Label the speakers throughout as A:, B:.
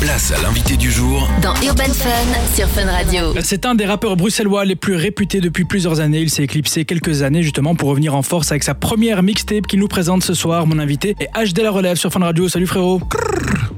A: Place à l'invité du jour
B: Dans Urban Fun sur Fun Radio.
C: C'est un des rappeurs bruxellois les plus réputés depuis plusieurs années. Il s'est éclipsé quelques années justement pour revenir en force avec sa première mixtape qu'il nous présente ce soir. Mon invité est HD La Relève sur Fun Radio. Salut frérot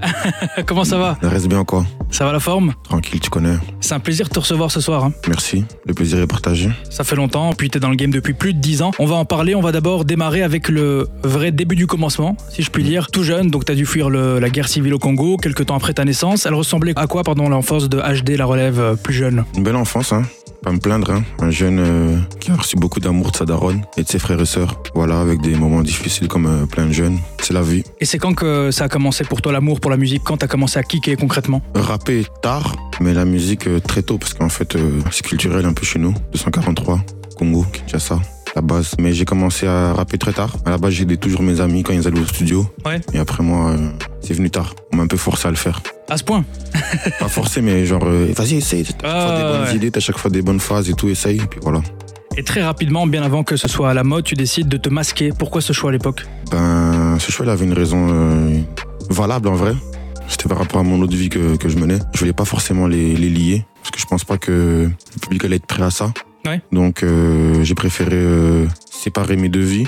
C: Comment ça va
D: Ça Reste bien quoi
C: Ça va la forme
D: Tranquille, tu connais.
C: C'est un plaisir de te recevoir ce soir. hein.
D: Merci, le plaisir est partagé.
C: Ça fait longtemps, puis t'es dans le game depuis plus de 10 ans. On va en parler, on va d'abord démarrer avec le vrai début du commencement, si je puis dire. Tout jeune, donc t'as dû fuir le- la guerre civile au Congo quelques temps après ta naissance. Elle ressemblait à quoi, pardon, l'enfance de HD La Relève euh, plus jeune
D: Une belle enfance, hein pas me plaindre, hein. un jeune euh, qui a reçu beaucoup d'amour de sa daronne et de ses frères et sœurs. Voilà, avec des moments difficiles comme euh, plein de jeunes. C'est la vie.
C: Et c'est quand que ça a commencé pour toi l'amour pour la musique Quand t'as commencé à kicker concrètement
D: Rapper tard, mais la musique euh, très tôt, parce qu'en fait, euh, c'est culturel un peu chez nous. 243, Congo, Kinshasa, la base. Mais j'ai commencé à rapper très tard. À la base, j'aidais toujours mes amis quand ils allaient au studio.
C: Ouais.
D: Et après, moi, euh, c'est venu tard. On m'a un peu forcé à le faire.
C: À ce point
D: Pas forcé, mais genre, euh, vas-y, essaye. T'as chaque
C: Ah,
D: fois des bonnes
C: ouais.
D: idées, t'as chaque fois des bonnes phases et tout, essaye. Et puis voilà.
C: Et très rapidement, bien avant que ce soit à la mode, tu décides de te masquer. Pourquoi ce choix à l'époque
D: Ben, ce choix-là avait une raison euh, valable en vrai. C'était par rapport à mon autre vie que, que je menais. Je voulais pas forcément les, les lier, parce que je pense pas que le public allait être prêt à ça.
C: Ouais.
D: Donc, euh, j'ai préféré euh, séparer mes deux vies.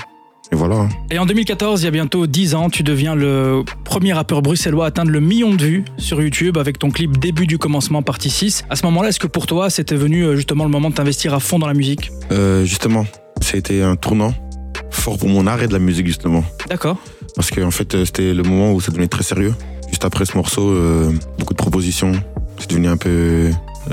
D: Et voilà. hein.
C: Et en 2014, il y a bientôt 10 ans, tu deviens le premier rappeur bruxellois à atteindre le million de vues sur YouTube avec ton clip Début du commencement partie 6. À ce moment-là, est-ce que pour toi, c'était venu euh, justement le moment de t'investir à fond dans la musique
D: Euh, justement, ça a été un tournant fort pour mon arrêt de la musique, justement.
C: D'accord.
D: Parce qu'en fait, euh, c'était le moment où ça devenait très sérieux. Juste après ce morceau, euh, beaucoup de propositions. C'est devenu un peu euh,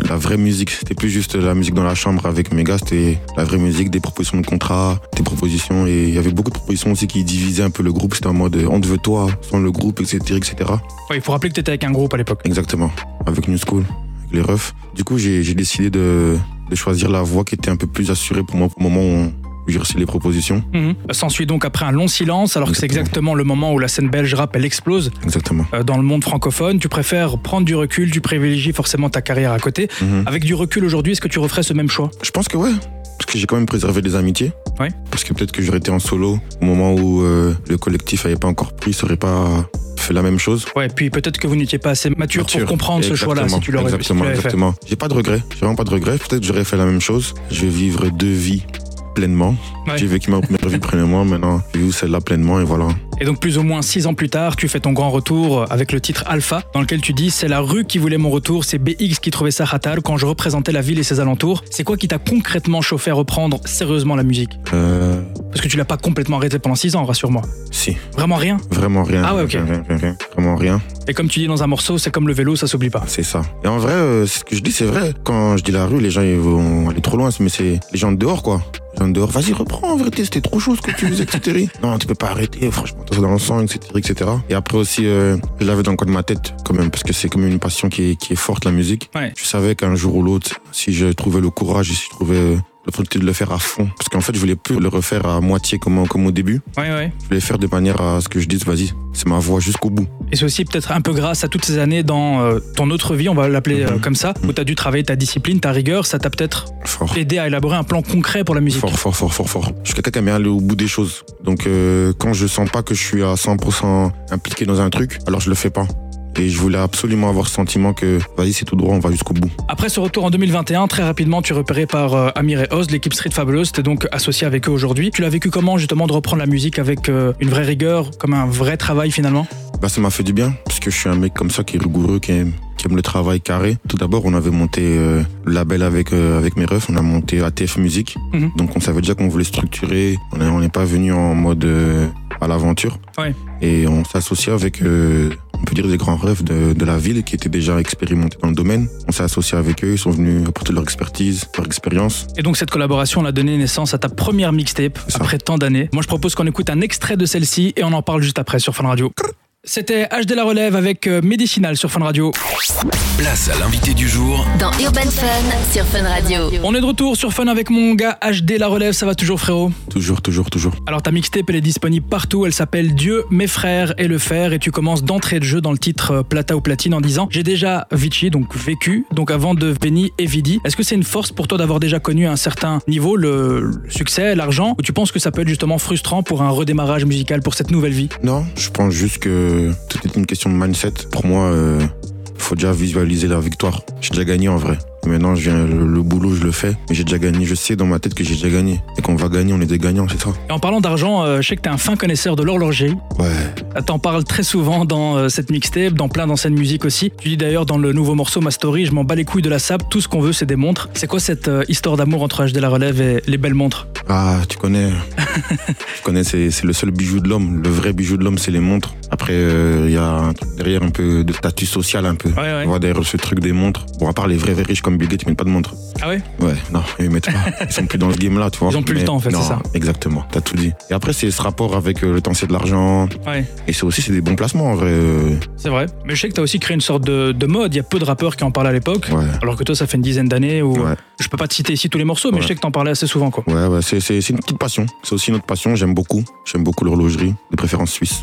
D: la vraie musique. C'était plus juste la musique dans la chambre avec mes gars. C'était la vraie musique, des propositions de contrat, des propositions. Et il y avait beaucoup de propositions aussi qui divisaient un peu le groupe. C'était en mode euh, on te veut toi, sans le groupe, etc. etc.
C: Oui, il faut rappeler que t'étais avec un groupe à l'époque.
D: Exactement. Avec New School, avec les refs. Du coup, j'ai j'ai décidé de, de choisir la voie qui était un peu plus assurée pour moi au moment où j'ai reçu les propositions.
C: Mhm. S'ensuit donc après un long silence, alors que c'est exactement le moment où la scène belge rap, elle explose
D: Exactement.
C: euh, dans le monde francophone. Tu préfères prendre du recul, tu privilégies forcément ta carrière à côté.
D: Mhm.
C: Avec du recul aujourd'hui, est-ce que tu referais ce même choix
D: Je pense que ouais. Parce que j'ai quand même préservé des amitiés.
C: Ouais.
D: Parce que peut-être que j'aurais été en solo au moment où euh, le collectif n'avait pas encore pris, ça aurait pas fait la même chose.
C: Ouais, puis peut-être que vous n'étiez pas assez mature
D: Mature.
C: pour comprendre ce choix-là si
D: Exactement,
C: tu l'aurais si tu
D: Exactement,
C: l'avais fait.
D: exactement. J'ai pas de regrets. J'ai vraiment pas de regrets. Peut-être que j'aurais fait la même chose. Je vais vivre deux vies pleinement.
C: Ouais.
D: J'ai vécu ma première vie pleinement, maintenant je vis celle-là pleinement et voilà.
C: Et donc plus ou moins six ans plus tard, tu fais ton grand retour avec le titre Alpha, dans lequel tu dis c'est la rue qui voulait mon retour, c'est BX qui trouvait ça fatal quand je représentais la ville et ses alentours. C'est quoi qui t'a concrètement chauffé à reprendre sérieusement la musique
D: Euh,
C: Parce que tu l'as pas complètement arrêté pendant six ans, rassure-moi.
D: si,
C: Vraiment rien.
D: vraiment rien.
C: Ah ouais, ok.
D: Rien, rien, rien, rien. Vraiment rien.
C: Et comme tu dis dans un morceau, c'est comme le vélo, ça s'oublie pas.
D: C'est ça. Et en vrai, euh, ce que je dis, c'est vrai. Quand je dis la rue, les gens ils vont aller trop loin, mais c'est les gens de dehors, quoi. Les gens de dehors, vas-y, reprends, en vérité, c'était trop chaud ce que tu faisais, etc. non, tu peux pas arrêter, franchement, t'as ça dans le sang, etc., etc. Et après aussi, euh, je l'avais dans le coin de ma tête, quand même, parce que c'est quand même une passion qui est, qui est forte, la musique.
C: Ouais.
D: Je savais qu'un jour ou l'autre, si je trouvais le courage et si je trouvais euh, l'opportunité de le faire à fond, parce qu'en fait, je voulais plus le refaire à moitié comme, comme au début.
C: Ouais, ouais.
D: Je voulais faire de manière à ce que je dise, vas-y, c'est ma voix jusqu'au bout.
C: Et c'est aussi peut-être un peu grâce à toutes ces années dans euh, ton autre vie, on va l'appeler
D: Mhm.
C: euh, comme ça, où t'as dû travailler ta discipline, ta rigueur, ça t'a peut-être
D: Fort.
C: aidé à élaborer un plan concret pour la musique.
D: Fort, fort, fort, fort, fort. Je suis quelqu'un qui aime bien aller au bout des choses. Donc, euh, quand je sens pas que je suis à 100% impliqué dans un truc, alors je le fais pas. Et je voulais absolument avoir ce sentiment que, vas-y, c'est tout droit, on va jusqu'au bout.
C: Après ce retour en 2021, très rapidement, tu es repéré par euh, Amir et Oz, l'équipe Street Fabulous, t'es donc associé avec eux aujourd'hui. Tu l'as vécu comment justement de reprendre la musique avec euh, une vraie rigueur, comme un vrai travail finalement
D: Bah, ça m'a fait du bien, parce que je suis un mec comme ça qui est rigoureux, qui aime, qui aime le travail carré. Tout d'abord, on avait monté euh, le label avec, euh, avec mes refs, on a monté ATF Music.
C: Mhm.
D: Donc, on savait déjà qu'on voulait structurer. On est- on n'est pas venu en mode euh, à l'aventure.
C: Ouais.
D: Et on s'associe avec, euh, on peut dire, des grands refs de, de la ville qui étaient déjà expérimentés dans le domaine. On s'est associé avec eux, ils sont venus apporter leur expertise, leur expérience.
C: Et donc cette collaboration, elle a donné naissance à ta première mixtape
D: ça.
C: après tant d'années. Moi, je propose qu'on écoute un extrait de celle-ci et on en parle juste après sur Fun Radio. C'était HD La Relève avec euh, Médicinal sur Fun Radio.
A: Place à l'invité du jour
B: Dans Urban Fun sur Fun Radio.
C: On est de retour sur Fun avec mon gars HD La Relève, ça va toujours frérot
D: Toujours, toujours, toujours.
C: Alors ta mixtape elle est disponible partout, elle s'appelle Dieu, mes frères et le fer et tu commences d'entrée de jeu dans le titre euh, Plata ou Platine en disant j'ai déjà Vichy donc vécu donc avant de Benny et Vidi. Est-ce que c'est une force pour toi d'avoir déjà connu à un certain niveau le, le succès, l'argent ou tu penses que ça peut être justement frustrant pour un redémarrage musical pour cette nouvelle vie
D: Non, je pense juste que que tout est une question de mindset. Pour moi, euh, faut déjà visualiser la victoire. J'ai déjà gagné en vrai. Maintenant, je viens, le, le boulot, je le fais. Mais j'ai déjà gagné. Je sais dans ma tête que j'ai déjà gagné. Et qu'on va gagner, on est des gagnants, c'est ça.
C: Et en parlant d'argent, euh, je sais que t'es un fin connaisseur de l'horlogerie.
D: Ouais.
C: T'en parles très souvent dans euh, cette mixtape, dans plein d'anciennes musiques aussi. Tu dis d'ailleurs dans le nouveau morceau Ma Story, je m'en bats les couilles de la sable, tout ce qu'on veut c'est des montres. C'est quoi cette euh, histoire d'amour entre HD La Relève et les belles montres
D: Ah, tu connais. tu connais, c'est c'est le seul bijou de l'homme. Le vrai bijou de l'homme, c'est les montres. Après, euh, il y a un truc derrière un peu de statut social, un peu.
C: Ouais, ouais.
D: On voit derrière ce truc des montres. Bon, à part les vrais, vrais riches comme Bill Gates, ils mettent pas de montre.
C: Ah ouais
D: Ouais, non, ils mettent pas. Ils sont plus dans le game là, tu vois.
C: Ils ont plus le
D: Mais-
C: temps, en fait,
D: non,
C: c'est ça.
D: Exactement, t'as tout dit. Et après, c'est ce rapport avec euh, le temps, c'est de l'argent.
C: Ouais,
D: Et c'est aussi, c'est des bons placements, en vrai. euh,
C: c'est vrai. Mais je sais que t'as aussi créé une sorte de, de mode, il y a peu de rappeurs qui en parlent à l'époque.
D: Ouais.
C: Alors que toi, ça fait une dizaine d'années où
D: Ouais.
C: je peux pas te citer ici tous les morceaux, mais
D: Ouais.
C: je sais que t'en parlais assez souvent, quoi.
D: Ouais, ouais, c'est, c'est, c'est une petite passion. C'est aussi notre passion. J'aime beaucoup. J'aime beaucoup l'horlogerie, de préférence suisse.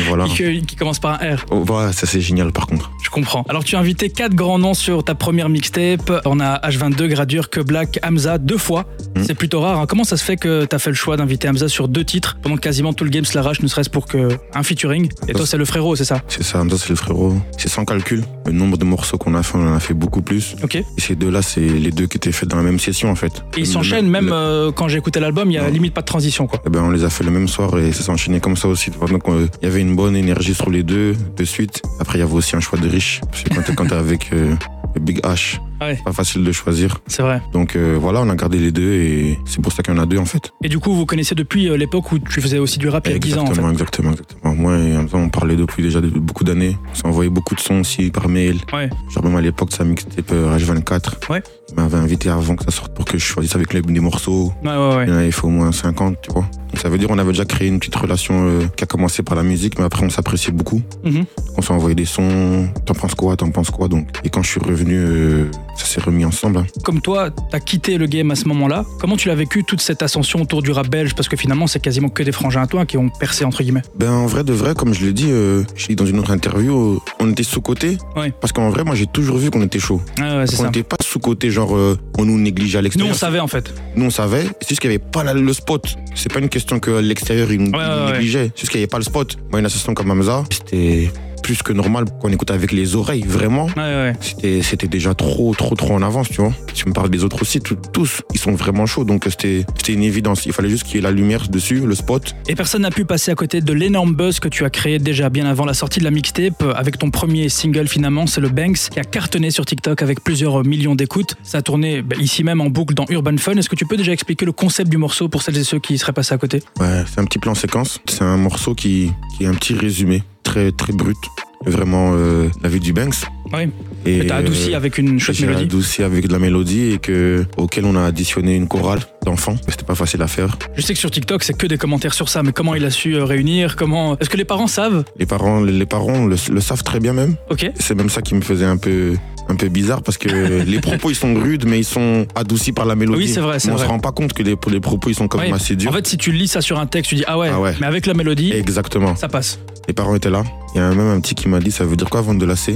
D: Et voilà.
C: Et que- qui commence par un R.
D: Oh, ouais, ça c'est génial par contre.
C: Je comprends. Alors tu as invité quatre grands noms sur ta première mixtape. On a H22, Gradure, Que Black, Hamza deux fois.
D: Mm.
C: C'est plutôt rare. hein. Comment ça se fait que t'as fait le choix d'inviter Hamza sur deux titres pendant que quasiment tout le game se l'arrache, ne serait-ce pour que un featuring Et toi c'est le frérot, c'est ça
D: C'est ça, Hamza, c'est le frérot. C'est sans calcul. Le nombre de morceaux qu'on a fait, on en a fait beaucoup plus.
C: Ok. Et
D: Et ces deux-là, c'est les deux qui étaient faits dans la même session en fait.
C: ils
D: Le-
C: s'enchaînent
D: le-
C: même
D: le-
C: euh, quand j'ai écouté l'album, il y a
D: Non.
C: limite pas de transition quoi.
D: Eh ben, on les a fait le même soir et ça s'est enchaîné comme ça aussi. tu vois. Donc, euh, il y avait une bonne énergie sur les deux de suite. Après, il y avait aussi un choix de riche. Parce que quand t'es- quand t'es avec euh, le Big H,
C: Ah Ouais.
D: pas facile de choisir.
C: C'est vrai.
D: Donc euh, voilà, on a gardé les deux et c'est pour ça qu'il y en a deux en fait.
C: Et du coup vous connaissez depuis euh, l'époque où tu faisais aussi du rap il y a 10 ans en fait.
D: Exactement, exactement, exactement. Moi et Hamza, on parlait depuis déjà de- beaucoup d'années. On s'est envoyé beaucoup de sons aussi par mail.
C: Ouais.
D: Genre même à l'époque de sa mixtape euh, H24.
C: Ouais.
D: Il m'avait invité avant que ça sorte pour que je choisisse avec les, des morceaux.
C: Ouais ouais ouais.
D: Il y en avait, il faut au moins 50, tu vois. Donc ça veut dire qu'on avait déjà créé une petite relation euh, qui a commencé par la musique, mais après on s'appréciait beaucoup.
C: Mhm.
D: On s'est envoyé des sons. T'en penses quoi T'en penses quoi donc Et quand je suis revenu, euh, ça s'est remis ensemble. hein.
C: Comme toi, t'as quitté le game à ce moment-là. Comment tu l'as vécu toute cette ascension autour du rap belge Parce que finalement c'est quasiment que des frangins à toi qui ont percé entre guillemets.
D: Ben en vrai de vrai, comme je l'ai dit, euh, je l'ai dit dans une autre interview, euh, on était sous côté.
C: Ouais.
D: Parce qu'en vrai, moi j'ai toujours vu qu'on était chaud.
C: Ah ouais, c'est
D: on
C: ça.
D: n'était pas sous côté genre euh, on nous néglige à
C: Nous,
D: l'extérieur.
C: on savait en fait.
D: Nous, on savait. C'est juste qu'il n'y avait pas la- le spot. C'est pas une question que à l'extérieur ils nous
C: Ouais, ouais,
D: ils nous
C: ouais.
D: négligeaient. C'est juste qu'il n'y avait pas le spot. Moi, une association comme Hamza, c'était plus que normal qu'on écoute avec les oreilles vraiment.
C: Ouais, ouais, ouais.
D: C'était, c'était déjà trop, trop, trop en avance, tu vois. Si tu me parles des autres aussi, tout- tous, ils sont vraiment chauds. Donc, c'était, c'était une évidence. Il fallait juste qu'il y ait la lumière dessus, le spot.
C: Et personne n'a pu passer à côté de l'énorme buzz que tu as créé déjà bien avant la sortie de la mixtape euh, avec ton premier single finalement, c'est le Banks, qui a cartonné sur TikTok avec plusieurs euh, millions d'écoutes. Ça a tourné bah, ici même en boucle dans Urban Fun. Est-ce que tu peux déjà expliquer le concept du morceau pour celles et ceux qui seraient passés à côté
D: Ouais, c'est un petit plan séquence. C'est un morceau qui, qui est un petit résumé, très, très brut. Vraiment, euh, la vie du Banks.
C: Ouais.
D: Et
C: Et Ah T'as adouci
D: euh,
C: avec une chouette
D: J'ai
C: mélodie.
D: adouci avec de la mélodie et que, auquel on a additionné une chorale d'enfants. C'était pas facile à faire.
C: Je sais que sur TikTok, c'est que des commentaires sur ça, mais comment il a su euh, réunir Comment Est-ce que les parents savent
D: Les parents, les parents le, le savent très bien même.
C: Ok.
D: C'est même ça qui me faisait un peu, un peu bizarre parce que les propos ils sont rudes mais ils sont adoucis par la mélodie.
C: Oui, c'est vrai, c'est
D: Mais On
C: vrai.
D: se rend pas compte que les, les propos ils sont quand même
C: Ouais.
D: assez durs.
C: En fait, si tu lis ça sur un texte, tu dis ah ouais,
D: Ah ouais.
C: mais avec la mélodie,
D: Exactement.
C: ça passe.
D: Les parents étaient là. Il y a même un petit qui m'a dit ça veut dire quoi vendre de lacets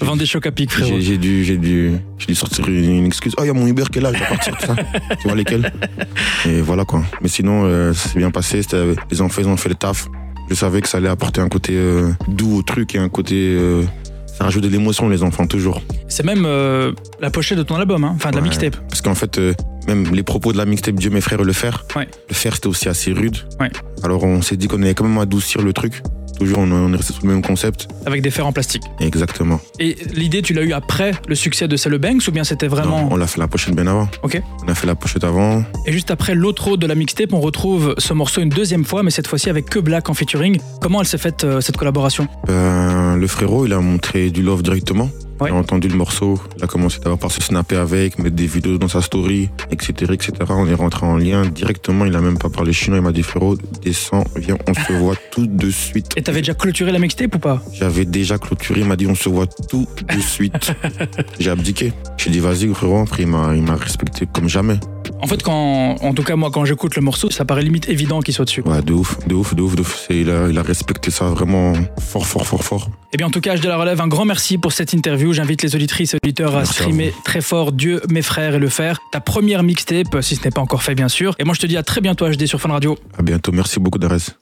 C: Vendez choc à pic, frérot.
D: J'ai j'ai dû, j'ai dû, j'ai dû sortir une, une excuse. Oh, il y a mon Uber qui est là, je dois partir, tout ça. tu vois lesquels Et voilà quoi. Mais sinon, euh, ça s'est bien passé. c'était- Les enfants, ils ont fait le taf. Je savais que ça allait apporter un côté euh, doux au truc et un côté. euh, ça rajoute de l'émotion, les enfants, toujours.
C: C'est même euh, la pochette de ton album, hein. enfin de la
D: Ouais.
C: mixtape.
D: Parce qu'en fait, euh, même les propos de la mixtape Dieu, mes frères, le faire.
C: Ouais.
D: Le faire, c'était aussi assez rude.
C: Ouais.
D: Alors, on s'est dit qu'on allait quand même adoucir le truc. Toujours, on, on est resté sur le même concept.
C: avec des fers en plastique.
D: Exactement.
C: Et l'idée, tu l'as eu après le succès de C'est le Banks ou bien c'était vraiment.
D: Non, on l'a fait la pochette bien avant.
C: Ok.
D: On a fait la pochette avant.
C: Et juste après l'autre de la mixtape, on retrouve ce morceau une deuxième fois, mais cette fois-ci avec que Black en featuring. Comment elle s'est faite euh, cette collaboration
D: Ben, le frérot, il a montré du love directement.
C: Ouais.
D: Il a entendu le morceau. Il a commencé d'abord par se snapper avec, mettre des vidéos dans sa story, etc., etc. On est rentré en lien directement. Il a même pas parlé chinois. Il m'a dit, frérot, descends, viens, on se voit tout de suite.
C: Et t'avais déjà clôturé la mixtape ou pas
D: J'avais déjà clôturé. Il m'a dit, on se voit tout de suite. J'ai abdiqué. J'ai dit, vas-y, frérot. Après, il m'a, il m'a respecté comme jamais.
C: En fait, quand, en tout cas moi, quand j'écoute le morceau, ça paraît limite évident qu'il soit dessus.
D: Ouais, de ouf, de ouf, de ouf, de ouf. C'est- il a, il a respecté ça vraiment fort, fort, fort, fort.
C: Eh bien, en tout cas, HD La Relève, un grand merci pour cette interview. J'invite les auditrices et auditeurs à
D: Merci à
C: streamer très fort Dieu, mes frères et le faire. Ta première mixtape, si ce n'est pas encore fait, bien sûr. Et moi, je te dis à très bientôt, HD, sur Fun Radio.
D: À bientôt. Merci beaucoup, Darès.